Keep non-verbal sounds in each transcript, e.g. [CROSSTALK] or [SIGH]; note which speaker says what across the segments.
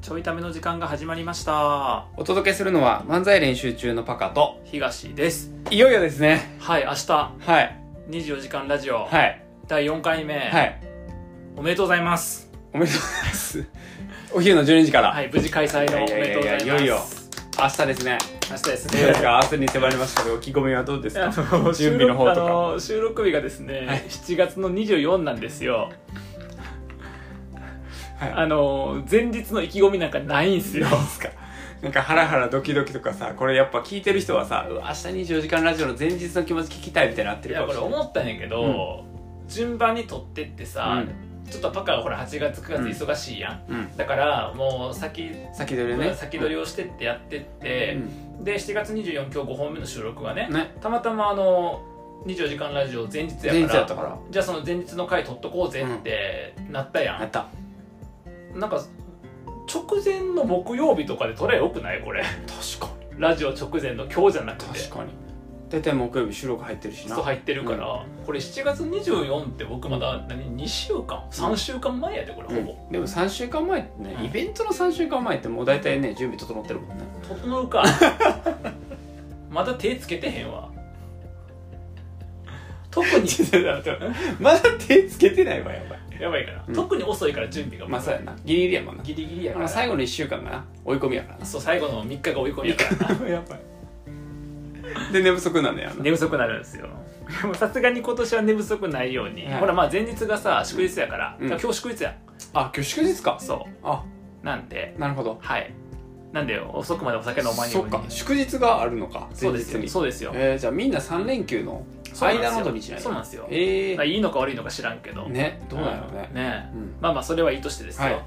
Speaker 1: ちょいための時間が始まりました
Speaker 2: お届けするのは漫才練習中のパカと
Speaker 1: 東です
Speaker 2: いよいよですね
Speaker 1: はい明日
Speaker 2: はい
Speaker 1: 24時間ラジオ、
Speaker 2: はい
Speaker 1: 第4回目、
Speaker 2: はい
Speaker 1: おめでとうございます
Speaker 2: おめでとうございます [LAUGHS] お昼の12時から、
Speaker 1: はい無事開催のお
Speaker 2: いや
Speaker 1: め
Speaker 2: いやいや
Speaker 1: でとうございます
Speaker 2: いよいよ明日ですね
Speaker 1: 明日です
Speaker 2: どうで
Speaker 1: ね
Speaker 2: すか明日に迫りましたけど意気込みはどうですか
Speaker 1: あの
Speaker 2: [LAUGHS] 準備の方とか
Speaker 1: 収録あの収録日がですね、
Speaker 2: はい
Speaker 1: 7月の24なんですよ、
Speaker 2: はい
Speaker 1: あの前日の意気込みなんかないんすよ
Speaker 2: どうですかなんかハラハラドキドキとかさこれやっぱ聞いてる人はさうわ明日24時間ラジオの前日の気持ち聞きたいみたいになって
Speaker 1: い
Speaker 2: るか
Speaker 1: や
Speaker 2: も
Speaker 1: こ
Speaker 2: し
Speaker 1: れ
Speaker 2: れない
Speaker 1: 思ったんやけど、順番に撮ってってさ、ちょっとパカがほら8月9月忙しいやん、
Speaker 2: うん、うん、
Speaker 1: だからもう先
Speaker 2: 先取りね
Speaker 1: 先取りをしてってやってって、で7月24今日5本目の収録がね
Speaker 2: うん、ね
Speaker 1: たまたまあの『24時間ラジオ』前日
Speaker 2: 前
Speaker 1: や
Speaker 2: 日
Speaker 1: か
Speaker 2: だ
Speaker 1: ら
Speaker 2: ったから
Speaker 1: じゃあその前日の回撮っとこうぜってなったや
Speaker 2: やった
Speaker 1: ん、なんか直前の木曜日とかで撮れよくないこれ
Speaker 2: 確かに
Speaker 1: ラジオ直前の今日じゃなくて
Speaker 2: 確かに大体木曜日収録入ってるしな
Speaker 1: そう入ってるから、これ7月24って僕まだ何2週間3週間前やでこれほぼ、
Speaker 2: でも3週間前ってね、
Speaker 1: うん
Speaker 2: イベントの3週間前ってもう大体ね準備整ってるも
Speaker 1: [LAUGHS]
Speaker 2: んね
Speaker 1: 整う
Speaker 2: [LAUGHS]
Speaker 1: かまだ手つけてへんわ特に
Speaker 2: まだ手つけてないわやばい
Speaker 1: やばいから、
Speaker 2: うん
Speaker 1: 特に遅いから準備が
Speaker 2: まあそうやなギリギリやもんな
Speaker 1: ギリギリやか
Speaker 2: ま
Speaker 1: ら
Speaker 2: あ最後の1週間がな追い込みやからな
Speaker 1: そう最後の3日が追い [LAUGHS] 込みや
Speaker 2: [LAUGHS]
Speaker 1: からな
Speaker 2: やばいで寝不足なんだよな
Speaker 1: 寝不足になるんですよでもさすがに今年は寝不足ないように、
Speaker 2: はい
Speaker 1: ほらまあ前日がさ祝日やから、
Speaker 2: うん
Speaker 1: だから今日祝日や
Speaker 2: あ今日祝日か
Speaker 1: そ
Speaker 2: あ
Speaker 1: うなんで
Speaker 2: なるほど
Speaker 1: はいなんで遅くまでお酒飲まんよ
Speaker 2: そうっ
Speaker 1: に
Speaker 2: か祝日があるのか
Speaker 1: そ
Speaker 2: 前
Speaker 1: うで
Speaker 2: 日
Speaker 1: すよ
Speaker 2: に
Speaker 1: そうですよ
Speaker 2: えー、じゃあみんな3連休の
Speaker 1: そうなんですよ
Speaker 2: 間の土日なんや
Speaker 1: そうなんですよ
Speaker 2: ええ
Speaker 1: まあいいのか悪いのか知らんけど、
Speaker 2: ねどうなのね
Speaker 1: んね
Speaker 2: うん
Speaker 1: まあまあそれはいいとしてですよ、
Speaker 2: はい
Speaker 1: ま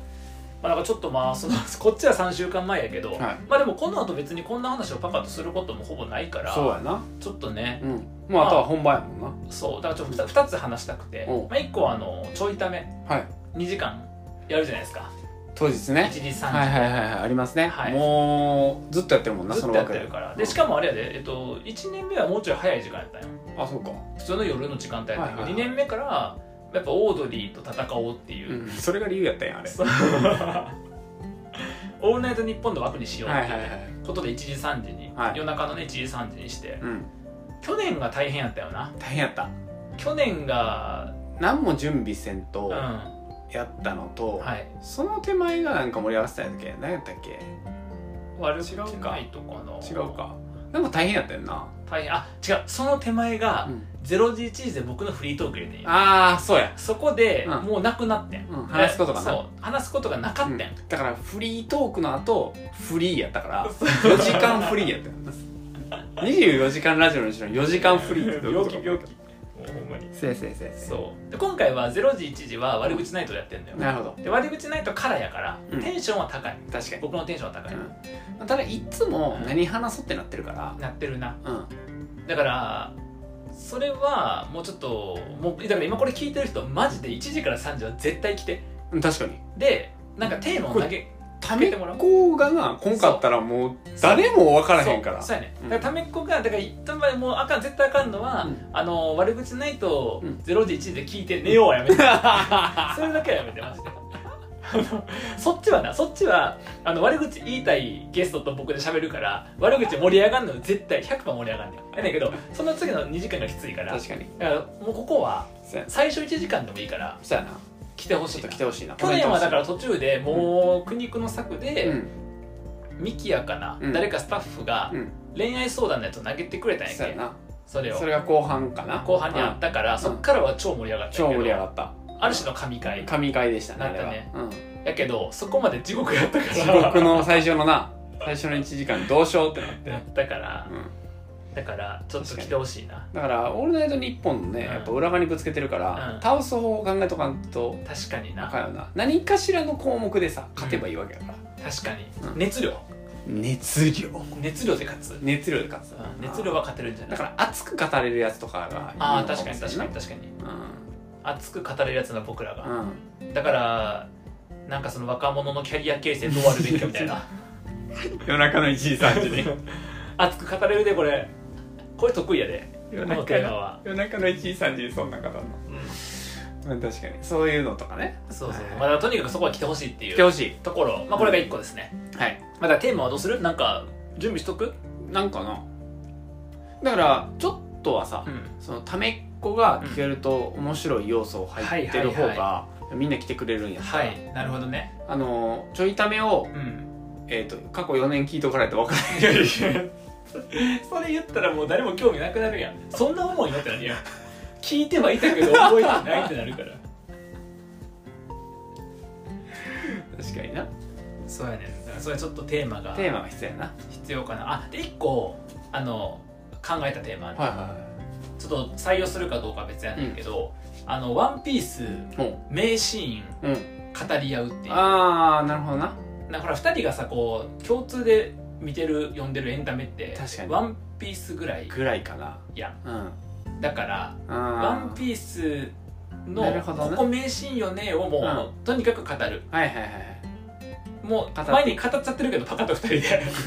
Speaker 1: あ、なんかちょっとまあその [LAUGHS] こっちは3週間前やけど、
Speaker 2: はい
Speaker 1: まあでもこの後別にこんな話をパカとすることもほぼないから
Speaker 2: そうやな
Speaker 1: ちょっとね
Speaker 2: うんもうあとは本番やもん
Speaker 1: そうだからちょっと 2, つ話したくて、
Speaker 2: おう
Speaker 1: まあ、1個はあのちょいため
Speaker 2: なはい
Speaker 1: 2時間やるじゃないですか
Speaker 2: 当日ね
Speaker 1: 1時3時、
Speaker 2: はいはいはいはいありますね、
Speaker 1: はい
Speaker 2: もうずっとやってるもんな
Speaker 1: ずっ
Speaker 2: その
Speaker 1: とやっ
Speaker 2: 枠
Speaker 1: て
Speaker 2: で
Speaker 1: るからでしかもあれやで、えっと、1年目はもうちょい早い時間やったんよ
Speaker 2: あそうか、
Speaker 1: 普通の夜の時間帯やったけど、
Speaker 2: はいはいはい
Speaker 1: 2年目からやっぱオードリーと戦おうっていう、
Speaker 2: うん、それが理由やったんやあ
Speaker 1: [LAUGHS]
Speaker 2: れ
Speaker 1: そうオールナイトニッポンの枠にしようって
Speaker 2: はい
Speaker 1: いう
Speaker 2: はい
Speaker 1: ね、
Speaker 2: はい
Speaker 1: ことで1時3時に、
Speaker 2: はい
Speaker 1: 夜中のね1時3時にして
Speaker 2: うん
Speaker 1: 去年が大変やったよな
Speaker 2: 大変やった
Speaker 1: 去年が
Speaker 2: 何も準備せん
Speaker 1: うん
Speaker 2: と
Speaker 1: は
Speaker 2: やったのと、
Speaker 1: い
Speaker 2: その手前がなんか盛り合わせたんやったっけ何やったっけ
Speaker 1: 悪
Speaker 2: 違
Speaker 1: く
Speaker 2: うか
Speaker 1: ないとこの
Speaker 2: 違うかなんか大変やったよな、
Speaker 1: 大変あ違うその手前が0時1時で僕のフリートーク入れてんや
Speaker 2: ああそうや、
Speaker 1: そこで
Speaker 2: うん
Speaker 1: もうなくなってん、
Speaker 2: うん話すことがな
Speaker 1: そう話すことがなかったん、
Speaker 2: うんだからフリートークの後フリーやったから
Speaker 1: そう
Speaker 2: 4時間フリーやったよ
Speaker 1: [LAUGHS]
Speaker 2: な24時間ラジオの後ろ4時間フリーってどういうこ
Speaker 1: 病
Speaker 2: と
Speaker 1: 気病気もうほんまに
Speaker 2: せいせいせいせい
Speaker 1: そうで今回は0時1時は悪口ナイトでやってんだよ、
Speaker 2: なるほど
Speaker 1: で悪口ナイトからやから、
Speaker 2: うん
Speaker 1: テンションは高い
Speaker 2: 確かに
Speaker 1: 僕のテンションは高い、
Speaker 2: うん、ただいつも何話そうってなってるから、
Speaker 1: なってるな
Speaker 2: うん、
Speaker 1: だからそれはもうちょっともうだから今これ聞いてる人マジで1時から3時は絶対来て
Speaker 2: 確かに
Speaker 1: でなんかテーマを投げ
Speaker 2: ためっ子がなこんかったらもう誰も分からへんから
Speaker 1: そうそうやね、
Speaker 2: うん
Speaker 1: だからためっ子がだから一旦までもうあかん絶対あかんのは、
Speaker 2: うん
Speaker 1: あの悪口ないと
Speaker 2: うん
Speaker 1: 0時1時で聞いて寝ようはやめ
Speaker 2: [LAUGHS]
Speaker 1: て、それだけはやめてマジであのそっちはなそっちはあの悪口言いたいゲストと僕で喋るから悪口盛り上がるの絶対100%盛り上がるねんやねんけどその次の2時間がきついから
Speaker 2: 確かに
Speaker 1: だからもうここは
Speaker 2: そうやな
Speaker 1: 最初1時間でもいいから
Speaker 2: そうやな
Speaker 1: 来てほ
Speaker 2: ちょ
Speaker 1: し
Speaker 2: っ
Speaker 1: い
Speaker 2: と
Speaker 1: な
Speaker 2: 来てほしいな
Speaker 1: 去年はだからら途中でもう苦肉の策で、
Speaker 2: うん
Speaker 1: ミキやかな、
Speaker 2: うん
Speaker 1: 誰かスタッフが
Speaker 2: うん
Speaker 1: 恋愛相談のやつを投げてくれたんや
Speaker 2: そう
Speaker 1: け
Speaker 2: や
Speaker 1: ど
Speaker 2: な
Speaker 1: それを
Speaker 2: それが後半かな
Speaker 1: 後半にあったから、
Speaker 2: ん
Speaker 1: そっからは超盛り上がっ
Speaker 2: うん
Speaker 1: た
Speaker 2: 超
Speaker 1: んやけど
Speaker 2: 盛り上がった
Speaker 1: ある種の神回
Speaker 2: 神回でしたねあれは、
Speaker 1: なっ
Speaker 2: うん、
Speaker 1: やけどそこまで地獄やったから
Speaker 2: 地獄の最初のな最初の1時間どうしようってなって、
Speaker 1: やったから
Speaker 2: うん、
Speaker 1: だからちょっと来てほしいな
Speaker 2: だから「オールナイトニッポン」のね
Speaker 1: うん
Speaker 2: やっぱ裏側にぶつけてるから、
Speaker 1: うん
Speaker 2: 倒す方を考えとかんと
Speaker 1: 確かに
Speaker 2: あ
Speaker 1: な
Speaker 2: かんよな何かしらの項目でさ勝てばいいわけだから、
Speaker 1: 確かに、
Speaker 2: うん
Speaker 1: 熱量
Speaker 2: 熱量
Speaker 1: 熱量で勝つ、うん
Speaker 2: 熱量で勝つ、
Speaker 1: 熱量は勝てるんじゃな
Speaker 2: だ
Speaker 1: い
Speaker 2: から熱く語れるやつとかが
Speaker 1: ああ確かに確かに
Speaker 2: に
Speaker 1: 確かに
Speaker 2: う
Speaker 1: 熱く語れるやつの僕らが、
Speaker 2: ん、うん、
Speaker 1: だからなんかその若者のキャリア形成どうあるべきかみたい
Speaker 2: [LAUGHS]
Speaker 1: な
Speaker 2: 夜中の1時3時
Speaker 1: [LAUGHS]
Speaker 2: に
Speaker 1: 熱く語れるでこれこれ得意やでこ
Speaker 2: 夜
Speaker 1: の
Speaker 2: 中
Speaker 1: テーマ
Speaker 2: の
Speaker 1: は、
Speaker 2: 夜中の1時3時にそんな方の
Speaker 1: うん
Speaker 2: うん確かにそういうのとかね
Speaker 1: そうそう
Speaker 2: はい
Speaker 1: まだとにかくそこは来てほしいってい
Speaker 2: 来て
Speaker 1: う
Speaker 2: ほし
Speaker 1: ところ、まあ、これが1個ですね、
Speaker 2: いはい
Speaker 1: まあだからテーマはどうするなんか準備しとく
Speaker 2: なんかなだからちょっとはさ、
Speaker 1: ん
Speaker 2: そのためっこが聞けると面白い要素を入ってる方
Speaker 1: はい
Speaker 2: がみんな来てくれるんやった
Speaker 1: は
Speaker 2: ら、
Speaker 1: いなるほどね
Speaker 2: あのちょいためを
Speaker 1: う、ん
Speaker 2: えー、と過去4年聞いとかないと分からない
Speaker 1: いやいやそれ言ったらもう誰も興味なくなるやんそんな思いになってなるやん聞いてはいたけど覚えてないってなるから
Speaker 2: 確かにな
Speaker 1: そうやねんだからそれちょっとテーマが
Speaker 2: テーマが必要やなは
Speaker 1: 必要かなあで1個あの考えたテーマある、
Speaker 2: いは
Speaker 1: ちょっと採用するかどうかは別やねんけど、あの「ワンピース
Speaker 2: いはいも
Speaker 1: 名シ
Speaker 2: う、うん、
Speaker 1: ーン語り合うっていう
Speaker 2: ああなるほどな
Speaker 1: だから2人がさこう共通で見てる読んでるエンタメって
Speaker 2: 確かに
Speaker 1: ワンピース」ぐらい
Speaker 2: ぐらいかな
Speaker 1: やん
Speaker 2: うん
Speaker 1: だから「ワ
Speaker 2: ワ
Speaker 1: ンピース」の
Speaker 2: なるほどね
Speaker 1: ここ名シーンよね」をもう、とにかく語る
Speaker 2: はいはいはい
Speaker 1: もう
Speaker 2: 語る
Speaker 1: 前に語っちゃってるけどパカと2人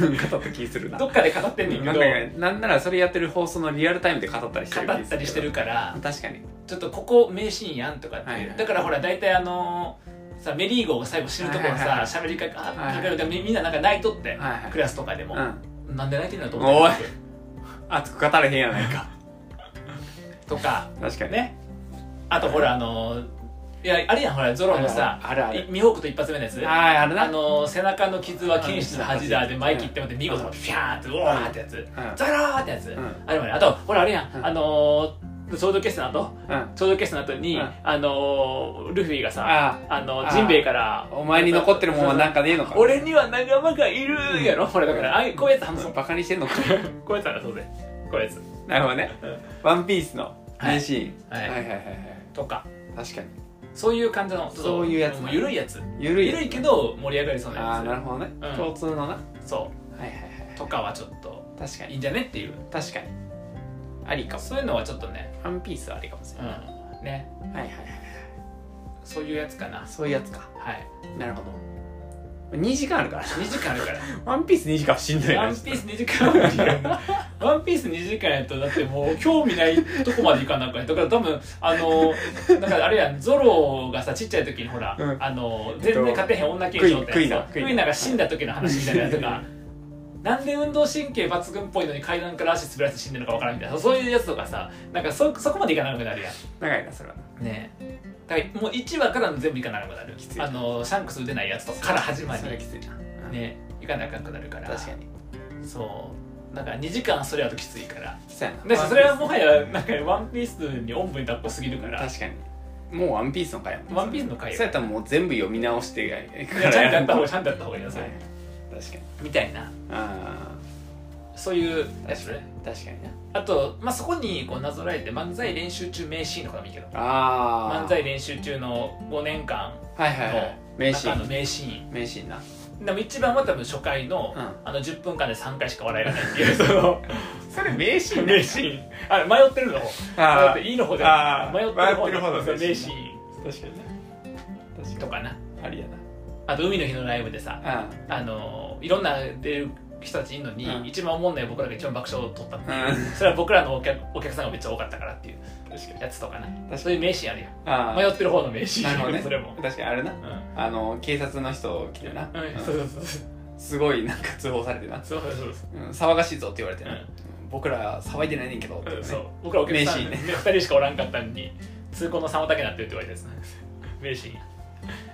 Speaker 1: で
Speaker 2: [LAUGHS] 語った気するな
Speaker 1: どっかで語ってんねんけ
Speaker 2: な
Speaker 1: ど
Speaker 2: んかなんならそれやってる放送のリアルタイムで語ったりしてる気
Speaker 1: 語ったりしてるから
Speaker 2: 確かに
Speaker 1: ちょっとここ名シーンやんとかっていう、
Speaker 2: はいはい
Speaker 1: だからほら大体あのーさメリーゴーが最後死ぬところ
Speaker 2: はいはい
Speaker 1: さ
Speaker 2: はい
Speaker 1: 喋、りかか
Speaker 2: はい
Speaker 1: かけるとみみんななんか泣いとって、
Speaker 2: はいはい
Speaker 1: クラスとかでも、
Speaker 2: うん
Speaker 1: なんで泣いてんのと思って
Speaker 2: 熱く語れへんやないか
Speaker 1: とか
Speaker 2: 確かに
Speaker 1: ねあとほらあのーいやあれやんほらゾロのさ
Speaker 2: あるある
Speaker 1: ミホークと一発目のやつ
Speaker 2: ああある
Speaker 1: あ
Speaker 2: な
Speaker 1: のー背中の傷は剣士の恥だでマイキって思って見事ピャーってうわーってやつ
Speaker 2: うん
Speaker 1: ザラーってやつ、
Speaker 2: ん
Speaker 1: あれまであとほらあれやん、
Speaker 2: うん
Speaker 1: あのー、ソード決戦の後
Speaker 2: うん
Speaker 1: ソード決戦の後に、
Speaker 2: うん
Speaker 1: あのー、ルフィがさ
Speaker 2: あ
Speaker 1: あの
Speaker 2: あー
Speaker 1: ジンベエから
Speaker 2: あお前に残ってるもんはなんかねえのか
Speaker 1: そうそう俺には仲間がいるやろこれだからあいこういうやつ話そう
Speaker 2: バカにしてんのか
Speaker 1: こういうやつ話そうぜこういうやつ
Speaker 2: なるほどねワンピースの名シーン
Speaker 1: はい
Speaker 2: はいはいはい
Speaker 1: とか
Speaker 2: はい確かに
Speaker 1: そういう感じの
Speaker 2: そういうやつ
Speaker 1: もう緩いやつ
Speaker 2: ゆるい
Speaker 1: 緩いけど盛り上がりそう
Speaker 2: あ
Speaker 1: な
Speaker 2: あ
Speaker 1: や
Speaker 2: なるほどね
Speaker 1: うん
Speaker 2: 共通のなはい
Speaker 1: つそ
Speaker 2: はいは
Speaker 1: うとかはちょっと
Speaker 2: い確か
Speaker 1: い
Speaker 2: に
Speaker 1: いんじゃねっていう
Speaker 2: 確かにありかも
Speaker 1: そういうのはちょっとね
Speaker 2: ワンピースはありかもしれ
Speaker 1: う
Speaker 2: ない
Speaker 1: んね
Speaker 2: はいはいはい
Speaker 1: そういうやつかな
Speaker 2: そういうやつか
Speaker 1: はい
Speaker 2: なるほど2時間あるからな
Speaker 1: 2時間あるから
Speaker 2: ワンピース2時間はしんどいな
Speaker 1: ワンピース2時間は無理やワンピース2時間やとだってもう興味ないとこまでいかなくないだから多分あのだからあれやんゾロがさちっちゃい時にほら、
Speaker 2: うん
Speaker 1: あの全然勝てへん女検証って
Speaker 2: クイ
Speaker 1: や
Speaker 2: ナ
Speaker 1: つさ
Speaker 2: クイナ
Speaker 1: クイナが死んだ時の話みたいなやつがなんで運動神経抜群っぽいのに階段から足滑らせて死んでるのかわからんみたいなそういうやつとかさなんかそそこまでいかなくなるやん
Speaker 2: 長いなそれは
Speaker 1: ねえだからもう1話からの全部いかなくなる
Speaker 2: きつい
Speaker 1: あのシャンクス出ないやつとかから始まり
Speaker 2: それはきついなうん
Speaker 1: ねいかなくなるから
Speaker 2: 確かに
Speaker 1: そうだから2時間それやときついから
Speaker 2: きついな
Speaker 1: で
Speaker 2: ワンピース
Speaker 1: それはもはやなんかワンピースにおんぶに抱っこすぎるから
Speaker 2: 確かにもうワンピースの回やもん
Speaker 1: ワンピースの回
Speaker 2: そうやったらもう全部読み直してやる
Speaker 1: いやちゃんとやった方が
Speaker 2: はい
Speaker 1: ちゃんとやった方がいいよそれ、
Speaker 2: 確かに
Speaker 1: みたいな
Speaker 2: あ
Speaker 1: そういう
Speaker 2: あ
Speaker 1: やつね
Speaker 2: 確かにな
Speaker 1: あと、まあ、そこにこうなぞらえて漫才練習中名シーンとかでもいいけど
Speaker 2: ああ
Speaker 1: 漫才練習中の5年間
Speaker 2: はいはいはい名シ
Speaker 1: 中
Speaker 2: ー
Speaker 1: の
Speaker 2: ン
Speaker 1: 名シーン
Speaker 2: 名シーンな
Speaker 1: でも一番は多分初回の,、
Speaker 2: うん
Speaker 1: あの10分間で3回しか笑いがないっていうその
Speaker 2: それ名シ
Speaker 1: [LAUGHS] 名シーンあれ迷ってるの方
Speaker 2: あ
Speaker 1: 迷っていいの方で
Speaker 2: あー
Speaker 1: 迷ってる方
Speaker 2: 迷ってる方の
Speaker 1: で
Speaker 2: 名シーン
Speaker 1: そう名シーン
Speaker 2: 確かにね確
Speaker 1: と
Speaker 2: か
Speaker 1: かな
Speaker 2: にありやな
Speaker 1: あと海の日のライブでさ
Speaker 2: あ
Speaker 1: あのいろんな出る人たちいるのに、
Speaker 2: うん
Speaker 1: 一番おもんない僕らが一番爆笑を取ったっていう、
Speaker 2: うん
Speaker 1: それは僕らのお客お客さんがめっちゃ多かったからっていう
Speaker 2: あ確かに
Speaker 1: やつとかな
Speaker 2: かに
Speaker 1: そういう名シーンあるよ
Speaker 2: ああ
Speaker 1: 迷ってる方の名シーン
Speaker 2: なるほどね
Speaker 1: それも、
Speaker 2: 確かにあれな
Speaker 1: うん
Speaker 2: あの警察の人来てな、
Speaker 1: うん
Speaker 2: うん
Speaker 1: そうそうそうそう
Speaker 2: すごいなんか通報されてな、
Speaker 1: そうそうそう
Speaker 2: うん騒がしいぞって言われてな、
Speaker 1: うん
Speaker 2: うん僕ら騒いでないねんけどって
Speaker 1: うん
Speaker 2: ね
Speaker 1: そう僕らお客さん、
Speaker 2: 名シーンね
Speaker 1: ね、2人しかおらんかったのに通行の妨げになってるって言われた
Speaker 2: [LAUGHS]
Speaker 1: やつな名シーンい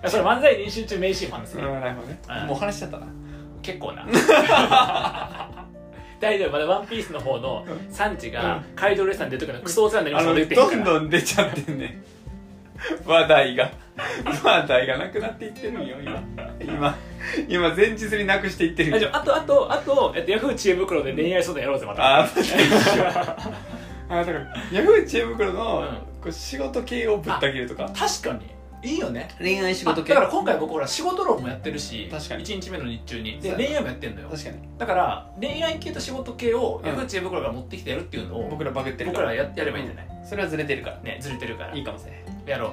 Speaker 1: やそれ漫才練習中名シーンもあるんです
Speaker 2: うん
Speaker 1: よ、
Speaker 2: なるほどね
Speaker 1: うん
Speaker 2: もう話しちゃったな
Speaker 1: 結構な [LAUGHS] 大丈夫まだ「ワンピースの方の産地
Speaker 2: う
Speaker 1: が
Speaker 2: ん
Speaker 1: カイドウレスさん出てくるのクソお世話にな
Speaker 2: あ
Speaker 1: りま
Speaker 2: の
Speaker 1: したと
Speaker 2: ど
Speaker 1: か言
Speaker 2: ん
Speaker 1: って
Speaker 2: どん出ちゃってんね話題が話題がなくなっていってるんよ今今今前日になくしていってる
Speaker 1: 大丈夫あとあとあと、えっと、ヤフー知恵袋で恋愛相談やろうぜまた
Speaker 2: あーあだからヤフー知恵袋の、
Speaker 1: うん
Speaker 2: こう仕事系をぶった切るとか
Speaker 1: 確かにいいよね
Speaker 2: 恋愛仕
Speaker 1: あだから今回僕ほら仕事論もやってるし
Speaker 2: 確かに
Speaker 1: 1日目の日中に
Speaker 2: そ
Speaker 1: で
Speaker 2: うやな
Speaker 1: 恋愛もやってんのよ
Speaker 2: 確かに
Speaker 1: だから恋愛系と仕事系を
Speaker 2: うん
Speaker 1: ヤフー知恵袋が持ってきてやるっていうのを
Speaker 2: 僕らバグってる
Speaker 1: 僕
Speaker 2: から
Speaker 1: らややればいいんじゃない
Speaker 2: それはずれてるから
Speaker 1: ねずれてるから
Speaker 2: いいかもしれない
Speaker 1: やろ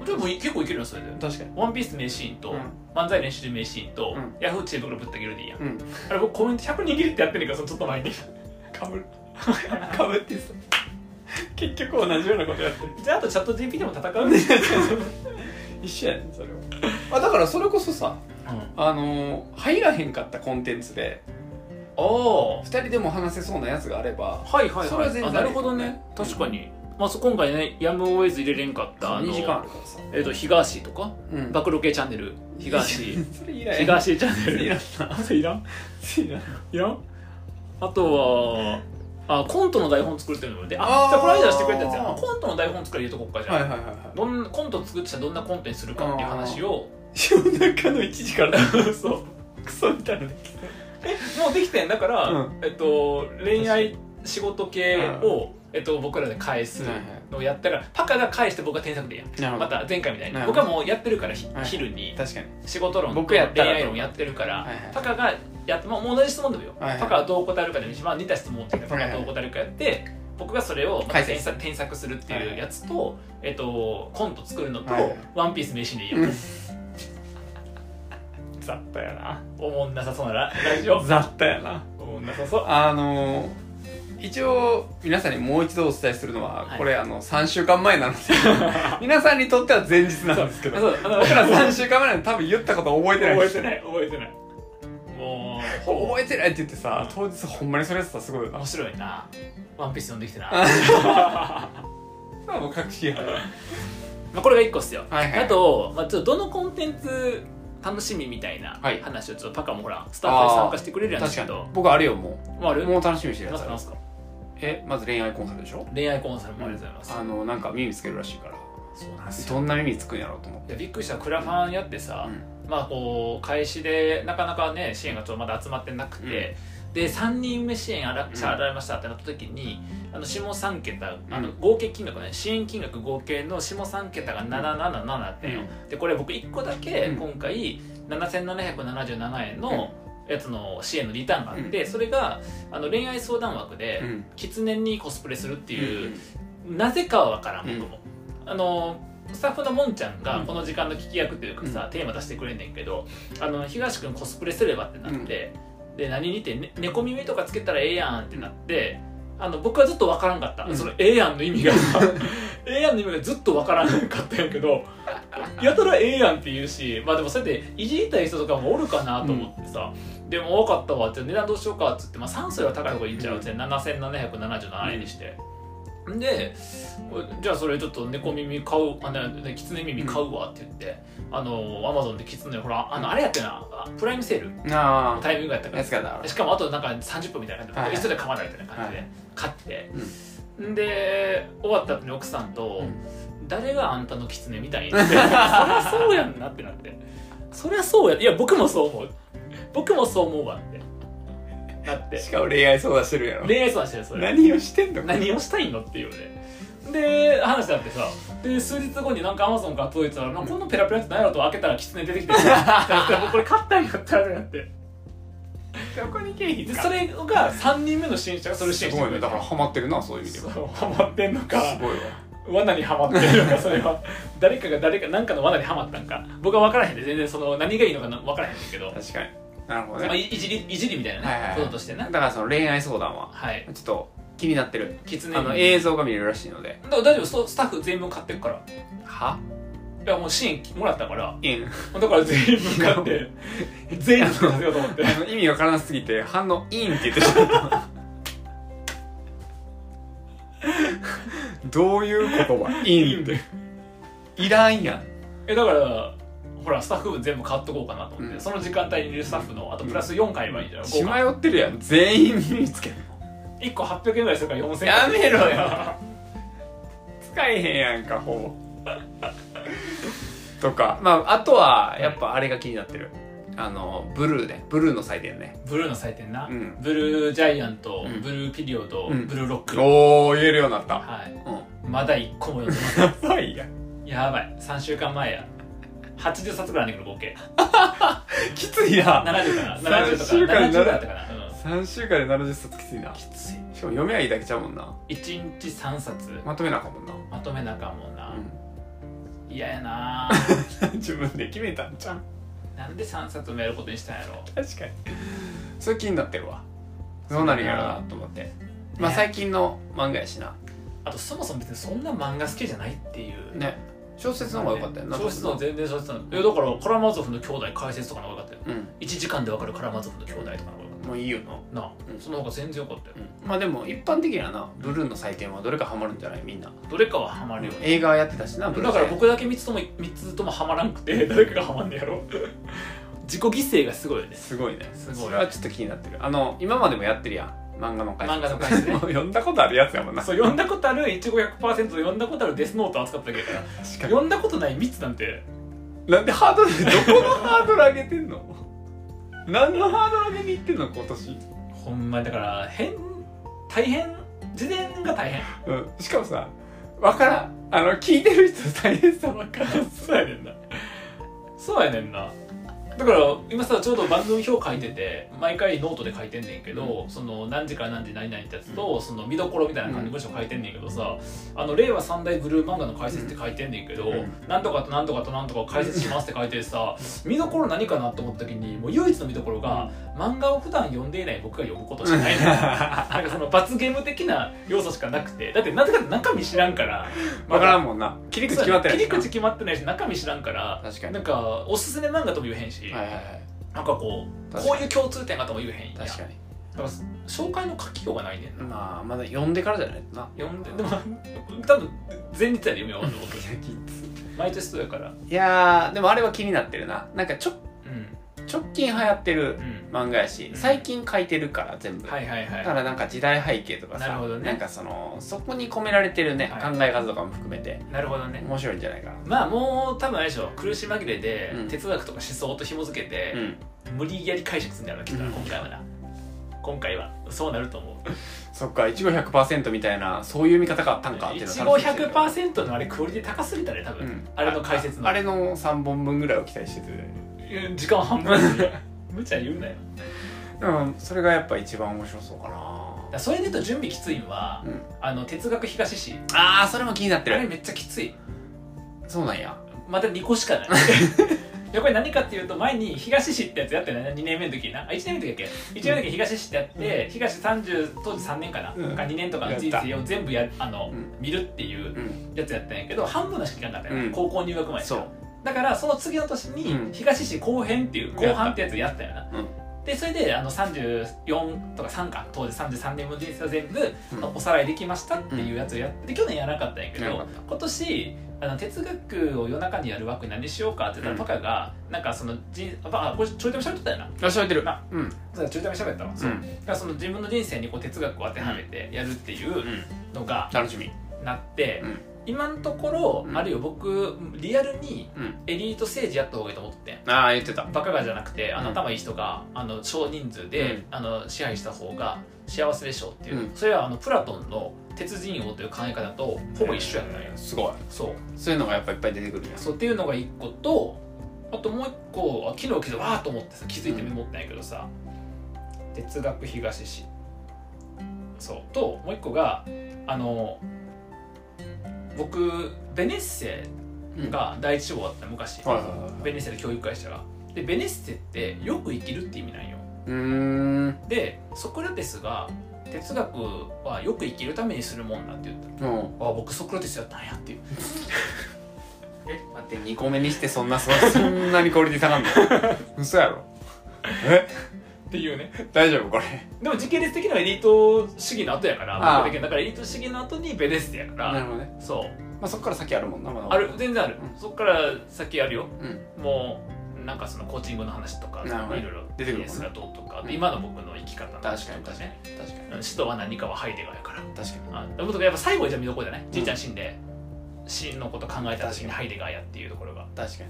Speaker 1: うじゃあもうい結構いけるよそれで
Speaker 2: 確かに
Speaker 1: ワンピース名シーンと、
Speaker 2: うん
Speaker 1: 漫才練習名シーンと、
Speaker 2: うん
Speaker 1: ヤフー知恵袋ぶった切るでいいやん、
Speaker 2: うん
Speaker 1: あれ僕コメント100握るってやってんねんけどそのちょっと前に
Speaker 2: かぶるかぶってさ結局同じようなことやってる
Speaker 1: じゃああとチャット GPT も戦うんで [LAUGHS]
Speaker 2: 一緒やねんそれはあだからそれこそさあのー入らへんかったコンテンツで
Speaker 1: ああ
Speaker 2: 2人でも話せそうなやつがあれば
Speaker 1: はいはい
Speaker 2: そ
Speaker 1: は
Speaker 2: れはい全
Speaker 1: あ
Speaker 2: 然
Speaker 1: なるほどね確かに、まあ、そう今回ねやむを得ず入れれんかったあの
Speaker 2: 2時間あるからさ、
Speaker 1: えっ、と東とか
Speaker 2: うん
Speaker 1: 暴露系チャンネル東
Speaker 2: [LAUGHS] それいらん
Speaker 1: 東チャンネ
Speaker 2: いら
Speaker 1: ル
Speaker 2: んな
Speaker 1: それいらん
Speaker 2: いらん
Speaker 1: いらんあとはあコントの台本作るっていうのもで
Speaker 2: あ
Speaker 1: あ
Speaker 2: ー
Speaker 1: じゃあこの間してくれたやつやなコントの台本作り入れとこっかじゃあ、
Speaker 2: はいはいはいはい
Speaker 1: どんなコント作ってたらどんなコントにするかっていう話を
Speaker 2: 夜中の1時から
Speaker 1: そう
Speaker 2: クソみたいな
Speaker 1: もうできてんだから、
Speaker 2: うん
Speaker 1: えっと、恋愛仕事系を、えっと、僕らで返す
Speaker 2: はいはい
Speaker 1: のをやったからパカが返して僕が添削でいいやん
Speaker 2: なるほど
Speaker 1: また前回みたいに
Speaker 2: なるほ
Speaker 1: 僕
Speaker 2: ど
Speaker 1: はもうやってるからひ
Speaker 2: はい
Speaker 1: 昼に
Speaker 2: 確かに
Speaker 1: 仕事論と
Speaker 2: 僕やっ
Speaker 1: 恋
Speaker 2: たら
Speaker 1: 愛論やってるから、
Speaker 2: はいはい
Speaker 1: パカがやって、まあ、もう同じ質問でもよ、
Speaker 2: はいはい
Speaker 1: パカはどう答えるかでもいいし、まあ、似た質問っていうかパカ
Speaker 2: はい
Speaker 1: は
Speaker 2: はい
Speaker 1: どう答えるかやって僕がそれをまた
Speaker 2: 解
Speaker 1: 添
Speaker 2: 説
Speaker 1: 削添削するっていうやつと、えっと、コント作るのと、
Speaker 2: はいはい
Speaker 1: ワンピース飯でいいよ、雑多やなおもんなさそうなら大丈夫
Speaker 2: 雑多やな
Speaker 1: おもんなさそう
Speaker 2: あのー一応皆さんにもう一度お伝えするのは、
Speaker 1: はい
Speaker 2: これあの3週間前なの [LAUGHS] で皆さんにとっては前日なんですけど
Speaker 1: そうあの
Speaker 2: 僕ら3週間前の多分言ったこと覚えてない
Speaker 1: 覚えてない覚えてないもうほぼ
Speaker 2: 覚えてないって言ってさ当日ほんまにそれやってたらすごいよな
Speaker 1: 面白いなワンピース読んできてな
Speaker 2: もう確信犯
Speaker 1: まあこれが1個っすよ、
Speaker 2: はいはい
Speaker 1: あと、まあ、ちょっとどのコンテンツ楽しみみたいな
Speaker 2: はい
Speaker 1: 話をちょっとパカもほらスタッフで参加してくれるやんですけど
Speaker 2: 僕あれよも
Speaker 1: まああ
Speaker 2: う
Speaker 1: る
Speaker 2: もう楽しみにしてる
Speaker 1: なん
Speaker 2: や
Speaker 1: すか
Speaker 2: つあ
Speaker 1: なん
Speaker 2: る
Speaker 1: すか
Speaker 2: えまず恋愛コンサルでしょ
Speaker 1: 恋愛コンサルもありがとうございます、
Speaker 2: あのなんか耳つけるらしいから
Speaker 1: そうなん
Speaker 2: どんな耳つくんやろうと思って
Speaker 1: いやびっくりしたクラファンやってさ、
Speaker 2: うん
Speaker 1: まあこう開始でなかなかね支援がちょっとまだ集まってなくて、で3人目支援あら支払いましたってなった時に、あの下3桁あの
Speaker 2: うん
Speaker 1: 合計金額ね支援金額合計の下3桁が777ってよ、でこれ僕1個だけ
Speaker 2: うん
Speaker 1: 今回7777円のやつの支援のリターンがあって、それがあの恋愛相談枠で、
Speaker 2: うんっ
Speaker 1: 狐にコスプレするって
Speaker 2: て
Speaker 1: いう、なぜかはわからん僕も、あのスタッフのもんちゃんが
Speaker 2: うん
Speaker 1: この時間の聞き役というかさ、テーマ出してくれんねんけどあの東君コスプレすればってなって、で何にて、ね、猫耳とかつけたらええやんってなってあの僕はずっとわからんかった、
Speaker 2: うん
Speaker 1: そのええやんの意味が [LAUGHS] ええやんの意味がずっとわからんかったんやけどやたらええやんって言うしまあでもそうやっていじりたい人とかもおるかなと思ってさ、でも分かったわって値段どうしようかっつって、まあ、酸素よりは高い方がいいんちゃうって7777円にして、でじゃあそれちょっと猫耳買うあなな狐耳買うわって言って、あのアマゾンで狐ほらあのあれやってなあプライムセール
Speaker 2: なあ
Speaker 1: タイミングやったから
Speaker 2: 安かったから
Speaker 1: しかもあとなんか30分みたいな感
Speaker 2: はい
Speaker 1: じ
Speaker 2: は
Speaker 1: で急
Speaker 2: い
Speaker 1: いで噛まないみたいな感じで、
Speaker 2: は
Speaker 1: 買って、んで終わった後に奥さんと
Speaker 2: う
Speaker 1: 「誰があんたの狐みた
Speaker 2: [LAUGHS]
Speaker 1: いに」そりゃそうやんなってなってそりゃそうやいや僕もそう思う僕もそう思うわってなって
Speaker 2: しかも恋愛相談してるやろ
Speaker 1: 恋愛相談してるそれ
Speaker 2: 何をしてんの
Speaker 1: 何をしたいのっていうねで話だってさで数日後になんかアマゾンから届いてたら「なんかこのペラペラって何やろ?」と開けたら狐出てきて
Speaker 2: [LAUGHS]
Speaker 1: さもうこれ買ったんやったらってなって
Speaker 2: どこに経費
Speaker 1: でそれが3人目の支援者がそれを支
Speaker 2: す
Speaker 1: 援して
Speaker 2: ご
Speaker 1: く
Speaker 2: い
Speaker 1: れ
Speaker 2: ね
Speaker 1: た
Speaker 2: だからハマってるなそういう意味では
Speaker 1: そうハマってんの
Speaker 2: す
Speaker 1: か
Speaker 2: ごいわ
Speaker 1: 罠にはまってるのかそれは [LAUGHS] 誰かが誰か何かの罠にはまったんか僕は分からへんで全然その何がいいのかな分からへんねんけど、
Speaker 2: 確かになるほど
Speaker 1: まあ、
Speaker 2: ね
Speaker 1: いいじりいじりみたいなね、
Speaker 2: はいはいはい
Speaker 1: こととしてな
Speaker 2: だからその恋愛相談は
Speaker 1: はい
Speaker 2: ちょっと気になってる
Speaker 1: 狐
Speaker 2: あの映像が見れるらしいので
Speaker 1: だから大丈夫そうスタッフ全部買ってるから
Speaker 2: はい
Speaker 1: やもう支援もらったから
Speaker 2: いん
Speaker 1: だから全部買
Speaker 2: [LAUGHS]
Speaker 1: って全員に買せようと思って
Speaker 2: あの意味わからなすぎて反応インって言ってしまったどういう言葉インっていらんやん
Speaker 1: えだからほらスタッフ分全部買っとこうかなと思って、
Speaker 2: うん
Speaker 1: その時間帯にいるスタッフのあとプラス4買えばいいんじゃない
Speaker 2: 血迷ってるやん全員身につける
Speaker 1: 1個800円ぐらいするから4000円
Speaker 2: やめろよ使えへんやんかほぼとかまああとはやっぱあれが気になってるあのブルーねブルーの祭典ね
Speaker 1: [LAUGHS] ブルーの祭典な、
Speaker 2: うん
Speaker 1: ブルージャイアント、
Speaker 2: うん
Speaker 1: ブルーピリオド、
Speaker 2: うん
Speaker 1: ブルーロック、
Speaker 2: おお言えるようになった
Speaker 1: はい、
Speaker 2: うん
Speaker 1: まだ1個も読んでません
Speaker 2: やばいやん
Speaker 1: やばい3週間前や80冊ぐらいあるんだけど合計
Speaker 2: きついな
Speaker 1: 70かな70と
Speaker 2: 三週
Speaker 1: か
Speaker 2: 間
Speaker 1: 70ぐらいだったかな、うん、
Speaker 2: 3週間で70冊きついな
Speaker 1: きつい
Speaker 2: しかも読めばいいだけちゃうもんな
Speaker 1: 1日3冊
Speaker 2: まとめなあかんもんな、
Speaker 1: まとめなあかんもんな
Speaker 2: う
Speaker 1: 嫌やなぁ
Speaker 2: ん、 [LAUGHS] 自分で決めたんじゃん
Speaker 1: なんで3冊埋めることにしたんやろ
Speaker 2: 確かにそれ気になってるわどうなるんやろうなと思ってまあ最近の漫画やしな
Speaker 1: あとそもそも別にそんな漫画好きじゃないっていう
Speaker 2: ね小説の方が良かったよな
Speaker 1: 小説の
Speaker 2: 確
Speaker 1: 全然小説のいやだからカラマゾフの兄弟解説とかの方が良かったよ
Speaker 2: かにうん
Speaker 1: 1時間で分かるカラマゾフの兄弟とかの方が良かっ
Speaker 2: もういいよな、
Speaker 1: たなあ、
Speaker 2: うん
Speaker 1: その方が全然良かったよ
Speaker 2: うん、まあでも一般的にはなブルーの祭典はどれかハマるんじゃないみんな
Speaker 1: どれかはハマるよね、
Speaker 2: 映画はやってたしなブルー
Speaker 1: だから僕だけ3つとも三つともハマらんくて誰かがハマんねやろ自己犠牲がすごいよね
Speaker 2: すごいね
Speaker 1: すごい
Speaker 2: それはちょっと気になってるあの今までもやってるやん漫画の解説
Speaker 1: 漫画の解説ね
Speaker 2: [LAUGHS] もう読んだことあるやつやもんな
Speaker 1: そう読んだことある1500%読んだことあるデスノート扱っただけだから
Speaker 2: 確かに
Speaker 1: 読んだことない3つなんて
Speaker 2: なんでハードルどこのハードル上げてんの [LAUGHS] 何のハードル上げにいってんの今年、
Speaker 1: ほんまにだから変大変事前が大変
Speaker 2: うん、しかもさわからんあの聞いてる人大変さわからん
Speaker 1: そうやねんなそうやねんなだから今さちょうど番組表書いてて毎回ノートで書いてんねんけど、その何時から何時何々ってやつと、その見どころみたいな感じの文章書いてんねんけどさ、あの令和三大ブルー漫画の解説って書いてんねんけど、
Speaker 2: うん
Speaker 1: なんとかとなんとかとなんとかを解説しますって書いてさ、見どころ何かなと思った時にもう唯一の見どころが、漫画を普段読んでいない僕が読むことしかないねん
Speaker 2: [LAUGHS]
Speaker 1: なんかその罰ゲーム的な要素しかなくてだってなぜかって中身知らんから
Speaker 2: わからんもんな切り口決まってない
Speaker 1: 切り口決まってないし中身知らんから
Speaker 2: 確かに
Speaker 1: なんかおすすめ漫画とも言えへんし、
Speaker 2: はいはいはい
Speaker 1: なんかこう
Speaker 2: 確かに
Speaker 1: こういう共通点がとも言えへんやん
Speaker 2: 確かに
Speaker 1: だから紹介の書きようがないねんな、
Speaker 2: まあまだ読んでからじゃないとな
Speaker 1: 読んででも多分前日やで読み終わるの僕毎年そうやから
Speaker 2: いやーでもあれは気になってるななんかちょ
Speaker 1: うん
Speaker 2: 直近流行って
Speaker 1: う
Speaker 2: る
Speaker 1: ん
Speaker 2: 漫画やし最近書いてるから全部、
Speaker 1: はいはい
Speaker 2: だか
Speaker 1: は
Speaker 2: らなんか時代背景とかさ
Speaker 1: なるほどね
Speaker 2: んかそのそこに込められてるね、
Speaker 1: はい
Speaker 2: 考え方とかも含めて
Speaker 1: いなるほどね
Speaker 2: 面白いんじゃないかな
Speaker 1: まあもう多分あれでしょ苦し紛れで、
Speaker 2: うん
Speaker 1: 哲学とか思想と紐付けて
Speaker 2: う、ん
Speaker 1: 無理やり解釈するんだろうなきっとな
Speaker 2: うん
Speaker 1: 今回はな今回はそうなると思う
Speaker 2: そっかいちご100%みたいなそういう見方があったんかっていうの
Speaker 1: 1
Speaker 2: を
Speaker 1: 5
Speaker 2: 楽しみにしてる
Speaker 1: 100%のあれクオリティ高すぎたね多分、
Speaker 2: うん
Speaker 1: あれの解説の
Speaker 2: あれの3本分ぐらいを期待してて
Speaker 1: うん時間半分で [LAUGHS] 無茶言うなよ
Speaker 2: うんそれがやっぱ一番面白そうか
Speaker 1: だか
Speaker 2: な
Speaker 1: らそれで言うと準備きついんは、
Speaker 2: うん
Speaker 1: あの哲学東市
Speaker 2: ああそれも気になって
Speaker 1: あれ
Speaker 2: る
Speaker 1: めっちゃきつい
Speaker 2: そうなんや
Speaker 1: また2個しかない [LAUGHS] やっぱり何かっていうと前に東市ってやつやってない2年目の時になあ1年目の時やっけ1年目の時東市ってやって、東30当時3年かな、
Speaker 2: うん
Speaker 1: か2年とかの人生を全部やあの、
Speaker 2: うん
Speaker 1: 見るっていう
Speaker 2: うん
Speaker 1: やつやったんやけど半分のしか聞かなかったんや、
Speaker 2: うん
Speaker 1: 高校入学前
Speaker 2: そう
Speaker 1: だからその次の年
Speaker 2: う
Speaker 1: に
Speaker 2: ん
Speaker 1: 東市後編っていう後半ってやつやったよな、
Speaker 2: うん
Speaker 1: でそれであの34とか3か当時33年分の人生を全部、
Speaker 2: うん
Speaker 1: おさらいできましたっていうやつをやってで去年やらなかったんやけ
Speaker 2: やら
Speaker 1: ど
Speaker 2: なかった
Speaker 1: 今年あの哲学を夜中にやる枠何しようかって言ったらパカが、なんかその人あパカこれちょいとめ喋ってたよな
Speaker 2: あしゃべってる
Speaker 1: な
Speaker 2: うんうん
Speaker 1: そうちょいとめ喋ったわ、そうだからその自分の人生にこう哲学を当てはめてやるっていう
Speaker 2: うん
Speaker 1: のが
Speaker 2: 楽しみ
Speaker 1: なって、
Speaker 2: うん
Speaker 1: 今のところ、
Speaker 2: うん
Speaker 1: あるいは僕リアルに
Speaker 2: うん
Speaker 1: エリート政治やった方がいいと思ってて
Speaker 2: ああ言ってた
Speaker 1: バカがじゃなくてあの
Speaker 2: うん
Speaker 1: 頭いい人が、あの少人数で、
Speaker 2: うん
Speaker 1: あの支配した方が幸せでしょうっていう、
Speaker 2: うん
Speaker 1: それはあのプラトンの鉄人王という考え方とほぼ一緒やったんや、
Speaker 2: すごい
Speaker 1: そう
Speaker 2: そういうのがやっぱいっぱい出てくるやん
Speaker 1: そうっていうのが一個とあともう一個は昨日気づいてわーっと思ってさ気づいてメモったんやけどさ、哲学東市そうともう一個があの僕ベネッセ
Speaker 2: うん
Speaker 1: が第一志望だった昔、
Speaker 2: はいはいはいはい
Speaker 1: ベネッセの教育会社がでベネッセってよく生きるって意味なんよ
Speaker 2: うーん
Speaker 1: でソクラテスが哲学はよく生きるためにするもんだって言った
Speaker 2: も
Speaker 1: あ僕ソクラテスやったんや
Speaker 2: [LAUGHS]
Speaker 1: っていう
Speaker 2: う待って2個目にしてそんなそ [LAUGHS] そんなにクオリティ下がんの [LAUGHS] 嘘やろえ
Speaker 1: っていうね
Speaker 2: 大丈夫これ
Speaker 1: でも時系列的にはエリート主義の後やから
Speaker 2: ああ
Speaker 1: 僕だけだからエリート主義の後にベネッセやか
Speaker 2: なる
Speaker 1: ら
Speaker 2: ほどね、
Speaker 1: そう
Speaker 2: まあ、そっから先あるもんなまだ
Speaker 1: ある全然ある、
Speaker 2: うん
Speaker 1: そっから先あるよ
Speaker 2: うん
Speaker 1: もうなんかそのコーチングの話とかい
Speaker 2: なるほど
Speaker 1: ろ
Speaker 2: ね
Speaker 1: いろ
Speaker 2: 出てくるもんね
Speaker 1: ビジネスがどうとか、で
Speaker 2: うん
Speaker 1: 今の僕の生き方の
Speaker 2: 確
Speaker 1: 話
Speaker 2: か
Speaker 1: と
Speaker 2: に確か
Speaker 1: ね
Speaker 2: に確かに
Speaker 1: うん使徒は何かはハイデガーやから
Speaker 2: 確かに
Speaker 1: あでもとかやっぱ最後じゃ見どころじゃない、じいちゃん死んで死のこと考えた時にハイデガーやっていうところが
Speaker 2: 確かに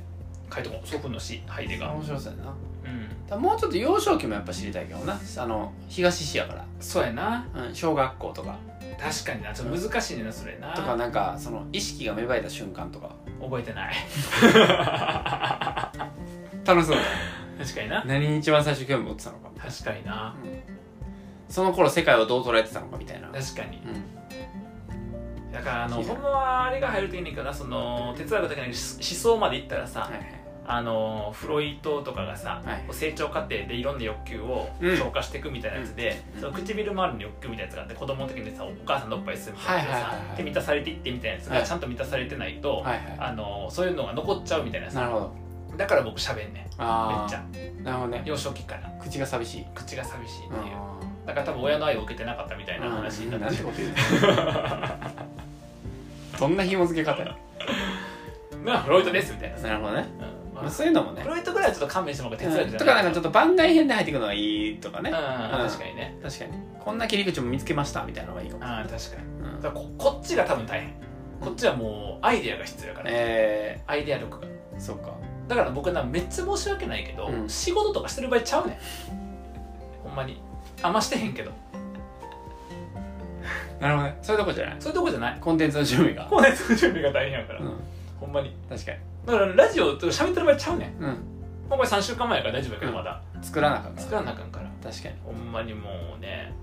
Speaker 1: 書いとこう祖父の死ハイデガー
Speaker 2: 面白そうやなだか
Speaker 1: うん
Speaker 2: らもうちょっと幼少期もやっぱ知りたいけどなあの東市やか
Speaker 1: そうやな
Speaker 2: ら、うん、小学校とか
Speaker 1: 確かになちょっと難しいねんなそれな
Speaker 2: とかなんかその意識が芽生えた瞬間とか
Speaker 1: 覚えてない [LAUGHS] [LAUGHS]
Speaker 2: 楽しそうだよ
Speaker 1: 確かにな
Speaker 2: 何に一番最初興味持ってたのかみたい
Speaker 1: 確かにな
Speaker 2: な、その頃世界をどう捉えてたのかみたいな、うん、
Speaker 1: 確かにだからあのほんまはあれが入るといいねんけどなその哲学だけな思想までいったらさ、
Speaker 2: はいはい
Speaker 1: あのフロイトとかがさ、
Speaker 2: はい
Speaker 1: 成長過程でいろんな欲求を
Speaker 2: うん
Speaker 1: 消化していくみたいなやつで、
Speaker 2: うん
Speaker 1: その唇周りの欲求みたいなやつがあって子供の時にさお母さんのおっぱい吸うみたいなやつでさ、
Speaker 2: はいはいはいはい
Speaker 1: で満たされていってみたいなやつ
Speaker 2: は
Speaker 1: が
Speaker 2: い
Speaker 1: ちゃんと満たされてないと、
Speaker 2: はいは
Speaker 1: あのそういうのが残っちゃうみたいないさ
Speaker 2: なるほど
Speaker 1: だから僕喋んねんめっ
Speaker 2: あ
Speaker 1: ちゃ
Speaker 2: あなるほどね
Speaker 1: 幼少期から
Speaker 2: 口が寂しい
Speaker 1: 口が寂しいって
Speaker 2: う
Speaker 1: い
Speaker 2: ん
Speaker 1: う、だから多分親の愛を受けてなかったみたいな話になって
Speaker 2: なん
Speaker 1: し
Speaker 2: て
Speaker 1: ま
Speaker 2: こと言うの [LAUGHS] どんな紐付け方や
Speaker 1: う [LAUGHS] まあフロイトですみたいなさ、
Speaker 2: なるほどね
Speaker 1: うんま
Speaker 2: まあ
Speaker 1: あ
Speaker 2: そういうのもね
Speaker 1: フロイトぐらいはちょっと勘弁してもらうから手伝
Speaker 2: う
Speaker 1: え
Speaker 2: ん
Speaker 1: て
Speaker 2: とかなんかちょ
Speaker 1: ょっ
Speaker 2: っと番外編で入っていくのがいいとかね
Speaker 1: うん、確かにね
Speaker 2: 確かにこんな切り口も見つけましたみたいなのがいいかも
Speaker 1: ああ確かに
Speaker 2: うん
Speaker 1: だからここっちが多分大変こっちはもうアイデアが必要だから、
Speaker 2: え
Speaker 1: アイデア力が
Speaker 2: ー、そうか
Speaker 1: だから僕なめっちゃ申し訳ないけど、
Speaker 2: うん
Speaker 1: 仕事とかしてる場合ちゃうねんほんまにあんましてへんけど
Speaker 2: なるほどねそういうとこじゃない
Speaker 1: そういうとこじゃない
Speaker 2: コンテンツの準備が
Speaker 1: こうねその準備が大変やから、
Speaker 2: うん
Speaker 1: ほんまに
Speaker 2: 確かに
Speaker 1: だからラジオと喋ってる場合ちゃうねん
Speaker 2: うん
Speaker 1: もうこれ3週間前やから大丈夫やけど
Speaker 2: うん
Speaker 1: まだ、
Speaker 2: 作らなかった
Speaker 1: 作らなあかんから
Speaker 2: 確か
Speaker 1: ほんまにもうね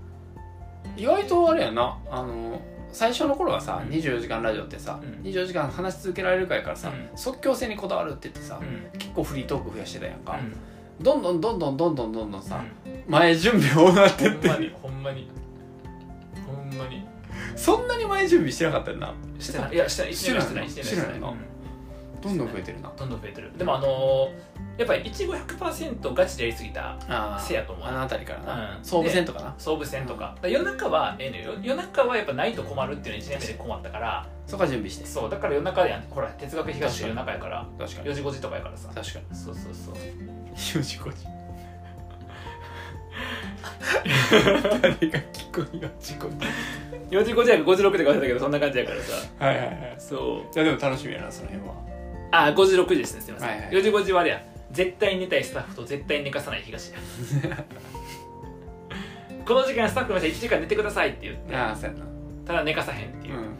Speaker 2: に意外とあれやなあの最初の頃はさ
Speaker 1: うん
Speaker 2: 24時間ラジオってさ、
Speaker 1: うん
Speaker 2: 24時間話し続けられるかやからさ、
Speaker 1: うん
Speaker 2: 即興性にこだわるって言ってさ、
Speaker 1: ん
Speaker 2: 結構フリートーク増やしてたやんか、
Speaker 1: うん
Speaker 2: どんどんどんどんどんどんどんどんさ、
Speaker 1: う
Speaker 2: 前準備をなってっ
Speaker 1: んほん
Speaker 2: て
Speaker 1: まにほんまにほんまに
Speaker 2: そんなに前準備してなかったよな
Speaker 1: してないいやしてない
Speaker 2: してない
Speaker 1: してないしてないしてない
Speaker 2: してないの
Speaker 1: うん
Speaker 2: どんどん増えてるな
Speaker 1: どんどん増えてるでもあのーやっぱり1 5 0 0ガチでやりすぎた
Speaker 2: あー
Speaker 1: せやと思う
Speaker 2: あの辺りからな、
Speaker 1: うん
Speaker 2: 総武線とかな
Speaker 1: 総武線とかだから夜中はええのよ夜中はやっぱないと困るっていうのは1年目で困ったから
Speaker 2: そこは準備して
Speaker 1: そうだから夜中やんほら哲学東が夜中やから
Speaker 2: 確か
Speaker 1: 4時5時とかやからさ
Speaker 2: 確かに
Speaker 1: そうそうそう
Speaker 2: 4時5時誰が聞く4時5時
Speaker 1: 4時5時や56とか忘れたけどそんな感じやからさ
Speaker 2: はいはいはい
Speaker 1: そう
Speaker 2: いやでも楽しみやなその辺は
Speaker 1: あ5時6時ですねすいません、
Speaker 2: はいはい
Speaker 1: 4時5時はあれや絶対寝たいスタッフと絶対寝かさない [LAUGHS] 東やこの時間スタッフの人1時間寝てくださいって言って
Speaker 2: ああそうやな
Speaker 1: ただ寝かさへんっていう、
Speaker 2: うん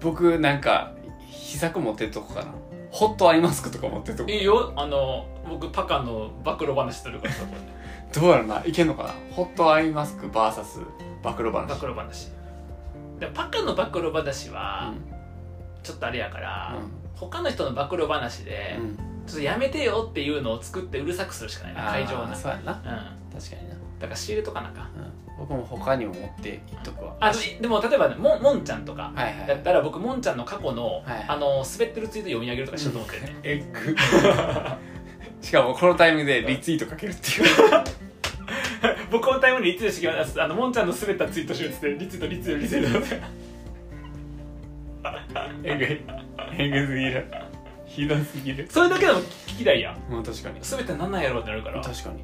Speaker 2: 僕なんか秘策持ってるとこかなホットアイマスクとか持ってるとこ
Speaker 1: いいよあの僕パカの暴露話するからさこれ
Speaker 2: どうやろないけんのかなホットアイマスク VS [LAUGHS] 暴露話
Speaker 1: 暴露話でもパカの暴露話はちょっとあれやから、
Speaker 2: う
Speaker 1: 他の人の暴露話で、
Speaker 2: ん、うん、
Speaker 1: ちょっとやめてよっていうのを作ってうるさくするしかないな会場
Speaker 2: あー
Speaker 1: な
Speaker 2: そうやな
Speaker 1: うん
Speaker 2: 確かにな、
Speaker 1: だから仕入れとかなんか
Speaker 2: うん、僕も他にも持っていっとくわ
Speaker 1: あででも例えばねもんもんちゃんとか
Speaker 2: はいは
Speaker 1: だ
Speaker 2: い
Speaker 1: ったら僕もんちゃんの過去の、
Speaker 2: はい
Speaker 1: あの滑ってるツイート読み上げるとかしようと思ってる
Speaker 2: [LAUGHS]
Speaker 1: ね
Speaker 2: エッグ [LAUGHS] しかもこのタイミングでリツイートかけるっていう
Speaker 1: 僕このタイムにリツイートしてきますあのもんちゃんの滑ったツイートしようっつってリツイートリツイートリツイート
Speaker 2: [LAUGHS]
Speaker 1: って
Speaker 2: えぐいえぐすぎるひどすぎる
Speaker 1: それだけでも聞きたいやん
Speaker 2: まあ確かに
Speaker 1: 滑ったらなんなんやろうってなるから
Speaker 2: 確かに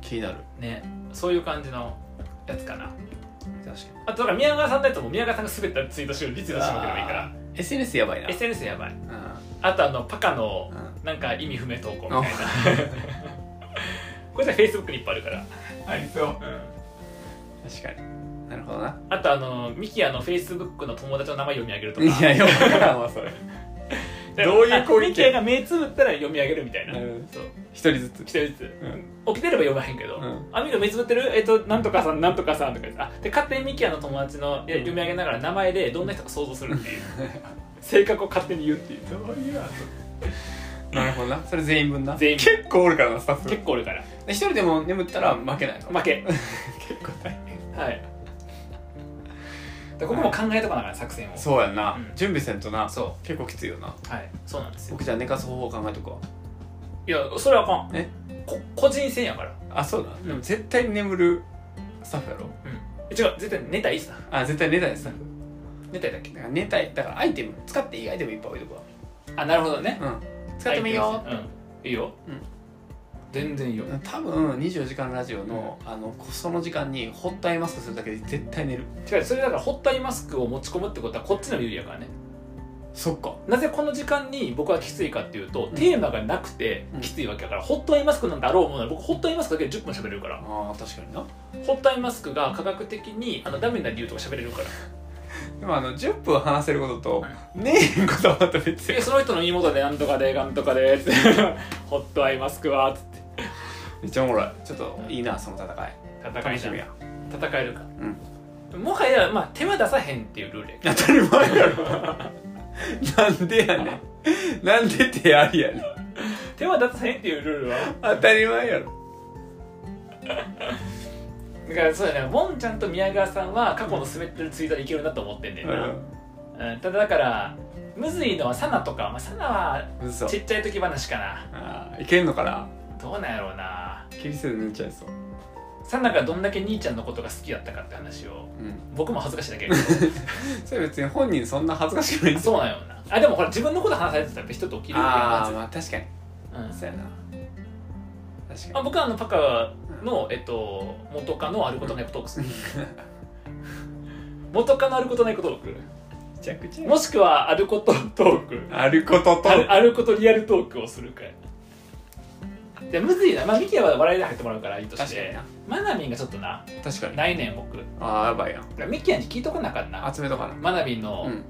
Speaker 2: 気になる
Speaker 1: ねそういう感じのやつかな
Speaker 2: 確かに
Speaker 1: あとだから宮川さんのやつも宮川さんが滑ったツイートしようリツイートしてもらければいいから
Speaker 2: SNS やばいな
Speaker 1: SNS やばい
Speaker 2: うん
Speaker 1: あとあのパカの
Speaker 2: う
Speaker 1: なんか意味不明投稿みたいな [LAUGHS] これじゃ Facebook にいっぱいあるから、
Speaker 2: ありそう確かになるほどな
Speaker 1: あとあのミキヤの Facebook の友達の名前読み上げるとか
Speaker 2: いやよくわからんわそれどういう攻撃
Speaker 1: ミキヤが目つぶったら読み上げるみたいな
Speaker 2: なる
Speaker 1: そう
Speaker 2: 一人ずつ
Speaker 1: 一人ずつ、起
Speaker 2: ん
Speaker 1: きてれば読まへんけど、
Speaker 2: うん
Speaker 1: あミキヤ目つぶってるえっとなんとかさんなんとかさんとか言ってあで勝手にミキヤの友達のいや
Speaker 2: うん
Speaker 1: 読み上げながら名前でどんな人か想像するっていう [LAUGHS] 性格を勝手に言うっていう
Speaker 2: どういうなるほどなそれ全員分な
Speaker 1: 全員分
Speaker 2: 結構おるからなスタッフ
Speaker 1: 結構おるから
Speaker 2: 一人でも眠ったら負けないの
Speaker 1: 負け
Speaker 2: 結構大変
Speaker 1: はいでここも考えとかながら作戦を
Speaker 2: [LAUGHS] そうやんな、
Speaker 1: うん
Speaker 2: 準備せんとな
Speaker 1: そ
Speaker 2: 結構きついよな
Speaker 1: うはいそうなんですよ
Speaker 2: 僕じゃあ寝かす方法を考えとくわ
Speaker 1: いやそれはあかん
Speaker 2: え
Speaker 1: こ個人戦やから
Speaker 2: あそうだでも絶対に眠るスタッフやろ
Speaker 1: え違う絶対寝たいさ
Speaker 2: あ絶対寝たいスタッフ
Speaker 1: 寝たいだけ
Speaker 2: だから寝たいだからアイテム使っていいアイテムいっぱい置いとくわ
Speaker 1: あなるほどね
Speaker 2: うん使ってもいいよ
Speaker 1: うんいいよ、
Speaker 2: うん
Speaker 1: 全然いいよ
Speaker 2: 多分24時間ラジオの,、あのその時間にホットアイマスクするだけで絶対寝る
Speaker 1: 違うそれだからホットアイマスクを持ち込むってことはこっちの有利やからね
Speaker 2: そっか
Speaker 1: なぜこの時間に僕はきついかっていうと、
Speaker 2: ん
Speaker 1: テーマがなくて
Speaker 2: うん
Speaker 1: きついわけだから、ホットアイマスクなんだろうもの僕ホットアイマスクだけで10分喋れるから
Speaker 2: あー確かにな
Speaker 1: ホットアイマスクが科学的にあのダメな理由とか喋れるから
Speaker 2: でもあの10分話せることとねえことはまた別
Speaker 1: で
Speaker 2: に
Speaker 1: その人の妹でなんとかでなんとかでつって [LAUGHS] ホットアイマスクはつって
Speaker 2: [LAUGHS] めっちゃおもろいちょっといいなその戦い
Speaker 1: 戦
Speaker 2: 楽
Speaker 1: い
Speaker 2: し
Speaker 1: じゃん
Speaker 2: みや
Speaker 1: 戦えるか
Speaker 2: うん
Speaker 1: もはや、まあ、手は出さへんっていうルールやけど
Speaker 2: 当たり [LAUGHS] 前やろなんでやねんなんで手ありやねん
Speaker 1: 手は出さへんっていうルールは
Speaker 2: 当たり前やろ
Speaker 1: だからそうだねもんちゃんと宮川さんは過去の滑ってるツイートでいけるなと思ってんねんな、うん、ただだからむずいのはサナとか、まあ、サナは
Speaker 2: うん嘘
Speaker 1: ちっちゃい時話かな
Speaker 2: あーいけんのかな
Speaker 1: どうなんやろうな
Speaker 2: 気にせず寝ちゃいそう
Speaker 1: サナがどんだけ兄ちゃんのことが好きだったかって話を
Speaker 2: うん
Speaker 1: 僕も恥ずかしいだけや
Speaker 2: それ別に本人そんな恥ずかしくない
Speaker 1: け
Speaker 2: [LAUGHS]
Speaker 1: どそうなんやろうなあでもほら自分のこと話されてたらやっぱ人と起きるよ
Speaker 2: ああ
Speaker 1: う
Speaker 2: まあ確かに
Speaker 1: なやつ、
Speaker 2: そうやな確
Speaker 1: うん、あ
Speaker 2: か
Speaker 1: 僕はあのパカの、えっと、元カノあることないことトークする
Speaker 2: に
Speaker 1: 元カノあることないことトー
Speaker 2: めちゃくち
Speaker 1: ク
Speaker 2: ゃ
Speaker 1: もしくはあることトーク
Speaker 2: あることと
Speaker 1: あるあることリアルトークをするかいでむずいなまあミキは笑いで入ってもらうからいいとし
Speaker 2: 確かに
Speaker 1: て
Speaker 2: な
Speaker 1: マナミンがちょっとな
Speaker 2: 確かに
Speaker 1: 来年僕
Speaker 2: ああやばいやん
Speaker 1: ミキヤに聞いとかなあかんな
Speaker 2: 集めとかな
Speaker 1: マナミンの、
Speaker 2: うん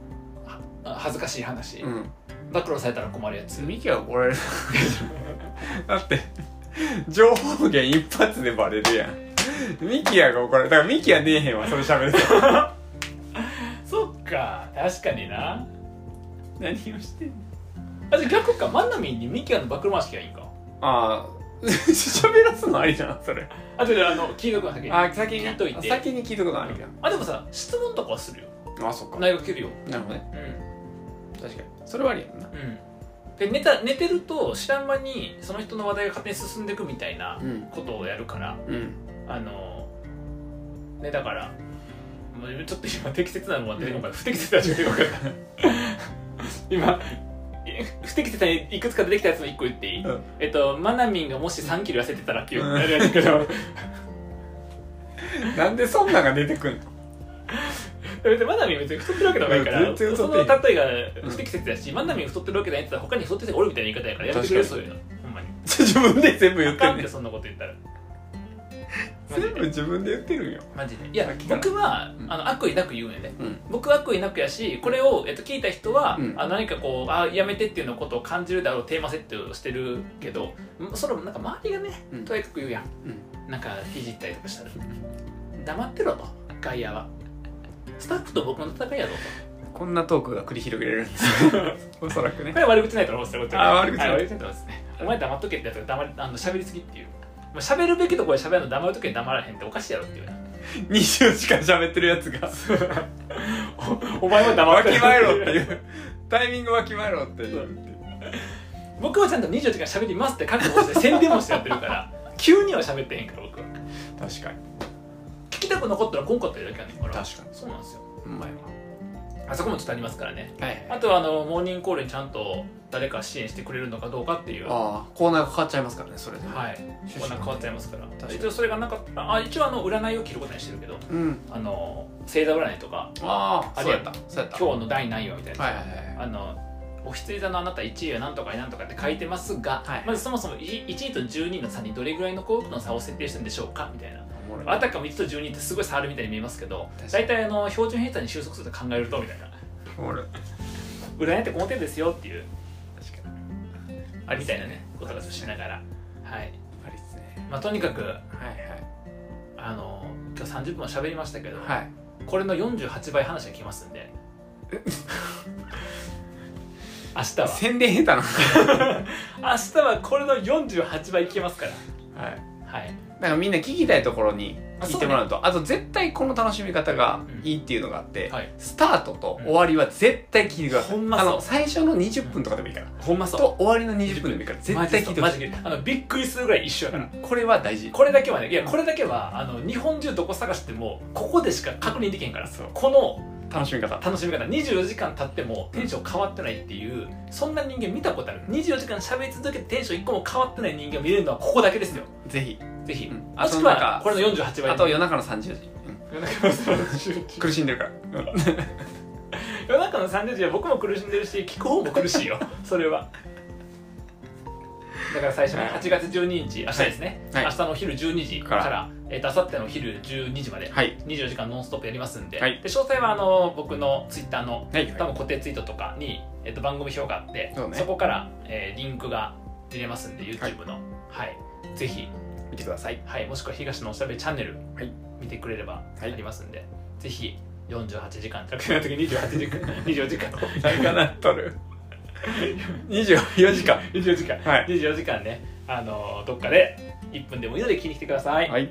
Speaker 1: あ恥ずかしい話、
Speaker 2: うん
Speaker 1: 暴露されたら困るやつ
Speaker 2: ミキは怒られる [LAUGHS] だって情報源一発でバレるやんミキヤが怒られるだからミキヤねえへんわそれ喋ると
Speaker 1: そっか確かにな
Speaker 2: [LAUGHS] 何をしてんの
Speaker 1: あじゃあ逆かマナミンにミキヤの暴露回しがいいんか
Speaker 2: ああ [LAUGHS] 喋らすのありじゃんそれ
Speaker 1: あじゃああの聞いとくの先にあ
Speaker 2: あ先に
Speaker 1: 聞いといて
Speaker 2: 先に聞いとくのあるけ
Speaker 1: でもさ質問とかはするよ
Speaker 2: どあそっか
Speaker 1: 内容聞けるよ
Speaker 2: なるほどね
Speaker 1: うん
Speaker 2: 確かにそれはありやんな
Speaker 1: うんで寝た寝てると知らん間にその人の話題が勝手に進んでいくみたいな
Speaker 2: うん
Speaker 1: ことをやるから
Speaker 2: うん
Speaker 1: あのねだからもうちょっと今適切なのは出てこなかった不適切なのが出てこなか
Speaker 2: [LAUGHS]
Speaker 1: った今え不適切ないくつか出てきたやつの1個言っていい、
Speaker 2: うん
Speaker 1: えっとマナミンがもし3キロ痩せてたらっていうのやるやつけど、
Speaker 2: なんでそんなんが出てくんの [LAUGHS]
Speaker 1: 別にマナミン別に太ってるわけでもないから、
Speaker 2: うん全然
Speaker 1: そ
Speaker 2: 太
Speaker 1: の
Speaker 2: って
Speaker 1: 例
Speaker 2: な
Speaker 1: え
Speaker 2: い
Speaker 1: が不適切だし、マナミン太ってるわけじゃないって言ったら他に太ってる人がおるみたいな言い方やからやめてくれよ
Speaker 2: 確か
Speaker 1: そういうのほんまに
Speaker 2: 自分で全部言
Speaker 1: あ
Speaker 2: って
Speaker 1: か
Speaker 2: る
Speaker 1: んっ
Speaker 2: ね
Speaker 1: てそんなこと言ったらマジ
Speaker 2: 全部
Speaker 1: で
Speaker 2: 自分で言ってるんよ
Speaker 1: マジでいや
Speaker 2: さっきから
Speaker 1: 僕は、
Speaker 2: うん
Speaker 1: あの悪意なく言うんやね
Speaker 2: うん
Speaker 1: 僕は悪意なくやしこれを、えっと、聞いた人は、
Speaker 2: うん
Speaker 1: あ何かこうあやめてっていうのことを感じるだろうテーマ設定をしてるけどんそれもなんか周りがね、
Speaker 2: うん
Speaker 1: とやかく言うやん、なんかひじったりとかしたら黙ってろと外野はスタッフと僕の戦いやぞと
Speaker 2: こんなトークが繰り広げられるんですよ [LAUGHS] おそらくね
Speaker 1: これは悪口ないと思うんですよこっちは
Speaker 2: あ悪口ない
Speaker 1: はい悪口ないと思いますねお前黙っとけってやつが黙りあの喋りすぎっていうまあ喋るべきとこで喋るの黙るときに黙らへんっておかしいやろっていう
Speaker 2: [LAUGHS]
Speaker 1: な
Speaker 2: 20時間喋ってるやつ [LAUGHS] が
Speaker 1: おお前は黙
Speaker 2: わ
Speaker 1: って
Speaker 2: きまえろっていうタイミングわきまえろっていう
Speaker 1: 僕はちゃんと24時間喋りますって覚悟して宣伝もしてやってるから [LAUGHS] 急には喋ってへんから僕は
Speaker 2: 確かに
Speaker 1: 聞きたく残ったらこんかったらだけやねんから
Speaker 2: 確かに
Speaker 1: そうなんですよ
Speaker 2: うまいわ
Speaker 1: あそこもちょっとありますからね
Speaker 2: はい
Speaker 1: あとはあのモーニングコールにちゃんと誰か支援してくれるのかどうかっていうは
Speaker 2: ああコーナーが変わっちゃいますからねそれでい
Speaker 1: いこんな変わっちゃいますから
Speaker 2: かに
Speaker 1: 一応それがなかったらあ一応あの占いを切ることにしてるけど
Speaker 2: うん
Speaker 1: あの星座占いとか
Speaker 2: ああ
Speaker 1: あ
Speaker 2: そう
Speaker 1: れ
Speaker 2: や
Speaker 1: やった
Speaker 2: ったそうやった
Speaker 1: 今日の第何話みたいな、
Speaker 2: はいはいはいはい
Speaker 1: あのお羊座のあなた1位は何とかに何とかって書いてますが、
Speaker 2: はい
Speaker 1: まずそもそも1位と12位の差にどれぐらいの幸福の差を設定してるんでしょうかみたいな
Speaker 2: おもろい
Speaker 1: あたかも1と12ってすごい差あるみたいに見えますけど
Speaker 2: 確かに
Speaker 1: 大体あの標準偏差に収束すると考えるとみたいな
Speaker 2: おもろい
Speaker 1: 占いってこの点ですよっていう
Speaker 2: 確かに
Speaker 1: あみたいなねことをしながらはい
Speaker 2: ありっすね
Speaker 1: まあとにかく
Speaker 2: はいはい
Speaker 1: あの今日30分は喋りましたけど、
Speaker 2: はい
Speaker 1: これの48倍話がきますんで [LAUGHS] 明日は
Speaker 2: 宣伝下手
Speaker 1: 明日はこれの48倍聞けますから
Speaker 2: なはい
Speaker 1: はい
Speaker 2: なんかみんな聞きたいところに
Speaker 1: あ
Speaker 2: 聞いてもらうとあと絶対この楽しみ方が
Speaker 1: うん
Speaker 2: いいっていうのがあって、
Speaker 1: はい
Speaker 2: スタートと終わりは絶対聞いてください、
Speaker 1: ほんま
Speaker 2: あ
Speaker 1: そう
Speaker 2: の最初の20分とかでもいいから、
Speaker 1: ほんまそう
Speaker 2: と終わりの20分でもいいから絶対聞いてほ
Speaker 1: マ
Speaker 2: し
Speaker 1: ジ
Speaker 2: い、
Speaker 1: であのびっくりするぐらい一緒や
Speaker 2: う
Speaker 1: から、
Speaker 2: ん、これは大事
Speaker 1: これだけはねいやこれだけはあの日本中どこ探してもここでしか確認できへんから
Speaker 2: そう
Speaker 1: この
Speaker 2: 楽しみ方
Speaker 1: 楽しみ方24時間経ってもテンション変わってないっていうそんな人間見たことある24時間喋り続けてテンション1個も変わってない人間を見れるのはここだけですよ
Speaker 2: ぜひ、
Speaker 1: ぜひ、
Speaker 2: うん
Speaker 1: も
Speaker 2: あ
Speaker 1: し
Speaker 2: と
Speaker 1: く
Speaker 2: なんか
Speaker 1: はこれの48倍
Speaker 2: あと夜中の30時、うん
Speaker 1: 夜中の30時
Speaker 2: 苦しんでる
Speaker 1: [LAUGHS]
Speaker 2: から、うん
Speaker 1: 夜中の30時は僕も苦しんでるし聞く方も苦しいよ [LAUGHS] それはだから最初に
Speaker 2: はい
Speaker 1: 8月12日明日ですね、
Speaker 2: はい
Speaker 1: 明日の昼12時か
Speaker 2: からら
Speaker 1: えーと明後日の昼12時まで
Speaker 2: はい
Speaker 1: 24時間ノンストップやりますんで,、
Speaker 2: はい
Speaker 1: で詳細はあの僕のツイッターの
Speaker 2: はい
Speaker 1: 多分固定ツイートとかに、えっと、番組表があって
Speaker 2: そうね
Speaker 1: こから、えーリンクが出れますんで
Speaker 2: はい
Speaker 1: YouTube の、はいぜひ、
Speaker 2: 見てください
Speaker 1: はい、もしくは東のおしゃべりチャンネル、
Speaker 2: はい
Speaker 1: 見てくれればあ
Speaker 2: はい
Speaker 1: りますんで、ぜひ48時間じゃなくて28時間 [LAUGHS] 24時間 [LAUGHS]
Speaker 2: 長なっとる24時間
Speaker 1: 24時間、
Speaker 2: はい
Speaker 1: 24時間ねあのどっかで1分でもいいので聞きに来てください
Speaker 2: はい